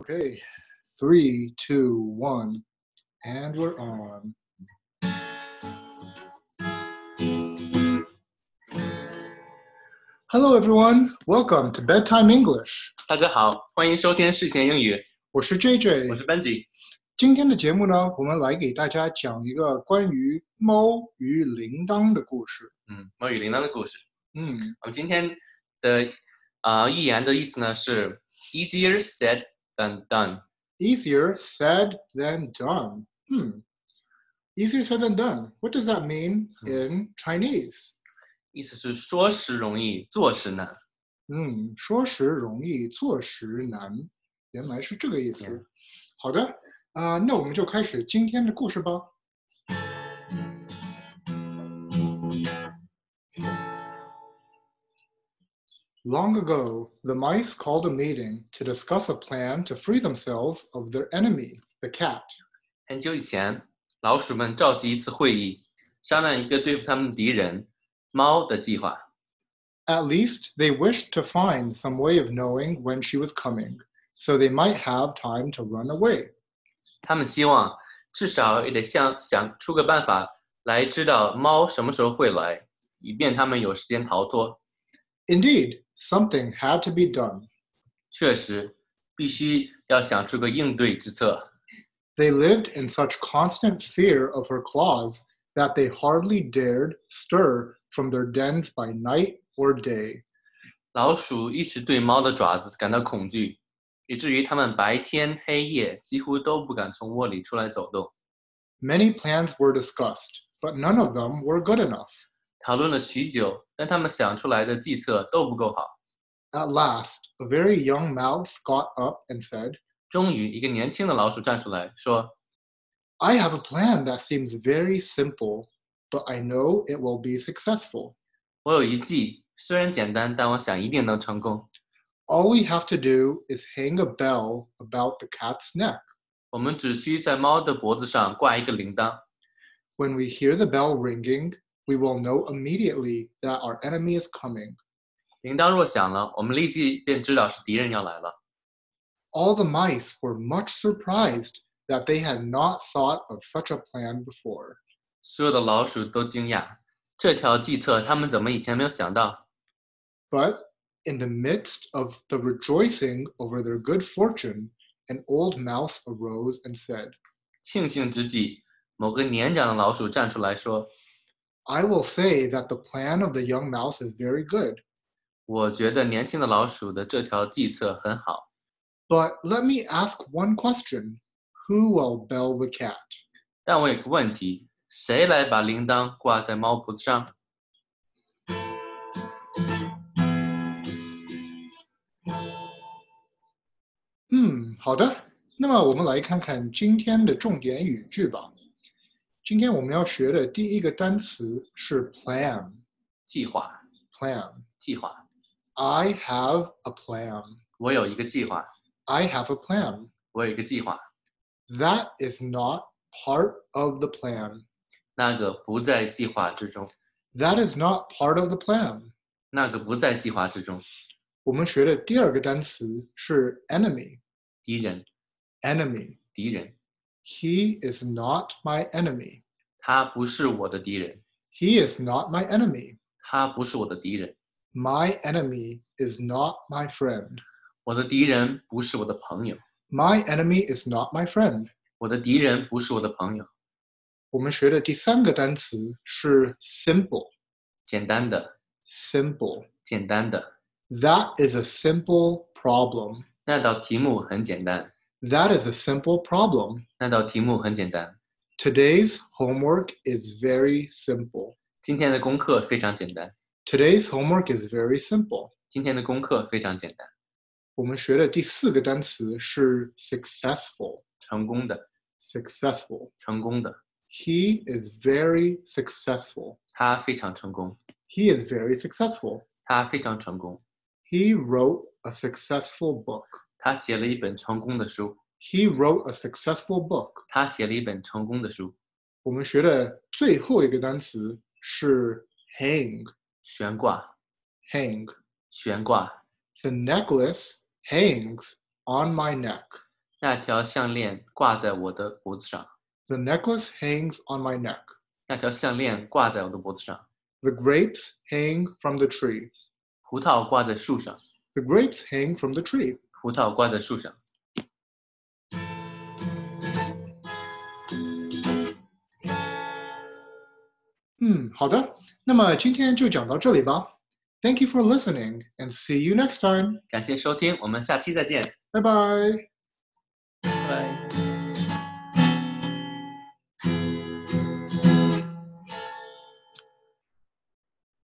Okay, three, two, one, and we're on. Hello, everyone. Welcome to Bedtime English. 大家好，欢迎收听睡前英语，我是我 JJ。是 Benji。今天的节目呢，我们来给大家讲一个关于猫与铃铛的故事。嗯，猫与铃铛的故事。嗯我们今天的啊、呃寓言的意思呢是 easier said than done。 ，easier said than done. Hmm. Easier said than done. What does that mean in Chinese? 意思是说时容易，做时难。嗯，说时容易，做时难，原来是这个意思。 Yeah. 好的，啊、那我们就开始今天的故事吧。Long ago, the mice called a meeting to discuss a plan to free themselves of their enemy, the cat. 很久以前，老鼠们召集一次会议，商量一个对付他们的敌人猫的计划。 At least they wished to find some way of knowing when she was coming, so they might have time to run away. 他们希望至少也得想想出个办法来知道猫什么时候会来，以便他们有时间逃脱。 Indeed, something had to be done. 确实，必须要想出个应对之策。 They lived in such constant fear of her claws that they hardly dared stir from their dens by night or day. 老鼠一直对猫的爪子感到恐惧，以至于它们白天黑夜几乎都不敢从窝里出来走动。 Many plans were discussed, but none of them were good enough. 讨论了许久，但他们想出来的计策都不够好。 At last, a very young mouse got up and said, 终于，一个年轻的老鼠站出来说 I have a plan that seems very simple, but I know it will be successful.：“ 我有一计，虽然简单，但我想一定能成功。 All we have to do is hang a bell about the cat's neck. 我们只需在猫的脖子上挂一个铃铛， When we hear the bell ringing, we will know immediately that our enemy is coming. 铃铛若响了，我们立即便知道是敌人要来了。 All the mice were much surprised that they had not thought of such a plan before. ”所有的老鼠都惊讶，这条计策他们怎么以前没有想到？ But in the midst of the rejoicing over their good fortune, an old mouse arose and said, 庆幸之际，某个年长的老鼠站出来说 I will say that the plan of the young mouse is very good,：“ 我觉得年轻的老鼠的这条计策很好， but let me ask one question Who will bell the cat? 但我有个问题：谁来把铃铛挂在猫脖子上？嗯，好的。那么我们来看看今天的重点语句吧。今天我们要学的第一个单词是 plan。计划， plan. 计划， I have a plan. 我有一个计划， I have a plan. 我有一个计划， That is not part of the plan. 那个不在计划之中， That is not part of the plan. 那个不在计划之中。我们学的第二个单词是 enemy. 敌人， Enemy. 敌人， He is not my enemy. 他不是我的敌人， He is not my enemy. 他不是我的敌人， My enemy is not my friend. 我的敌人不是我的朋友， My enemy is not my friend. 我的敌人不是我的朋友。我们学的第三个单词是 simple. 简单的， Simple. 简单的。” That is a simple problem. 那道题目很简单， That is a simple problem. 那道题目很简单。 Today's homework is very simple. 今天的功课非常简单， Today's homework is very simple. 今天的功课非常简单。我们学的第四个单词是 successful. 成功的， Successful. 成功的， He is very successful. 他非常成功， He is very successful. 他非常成功。 He wrote a successful book. 他写了一本成功的书， He wrote a successful book. 他写了一本成功的书。我们学的最后一个单词是 hang. 悬挂， Hang. 悬挂， The necklace hangs on my neck. 那条项链挂在我的脖子上， The necklace hangs on my neck. 那条项链挂在我的脖子上， The grapes hang from the tree. 葡萄挂在树上， The grapes hang from the tree. 葡萄挂在树上。嗯，好的，那么今天就讲到这里吧。Thank you for listening and see you next time. 感谢收听，我们下期再见，拜拜。拜拜。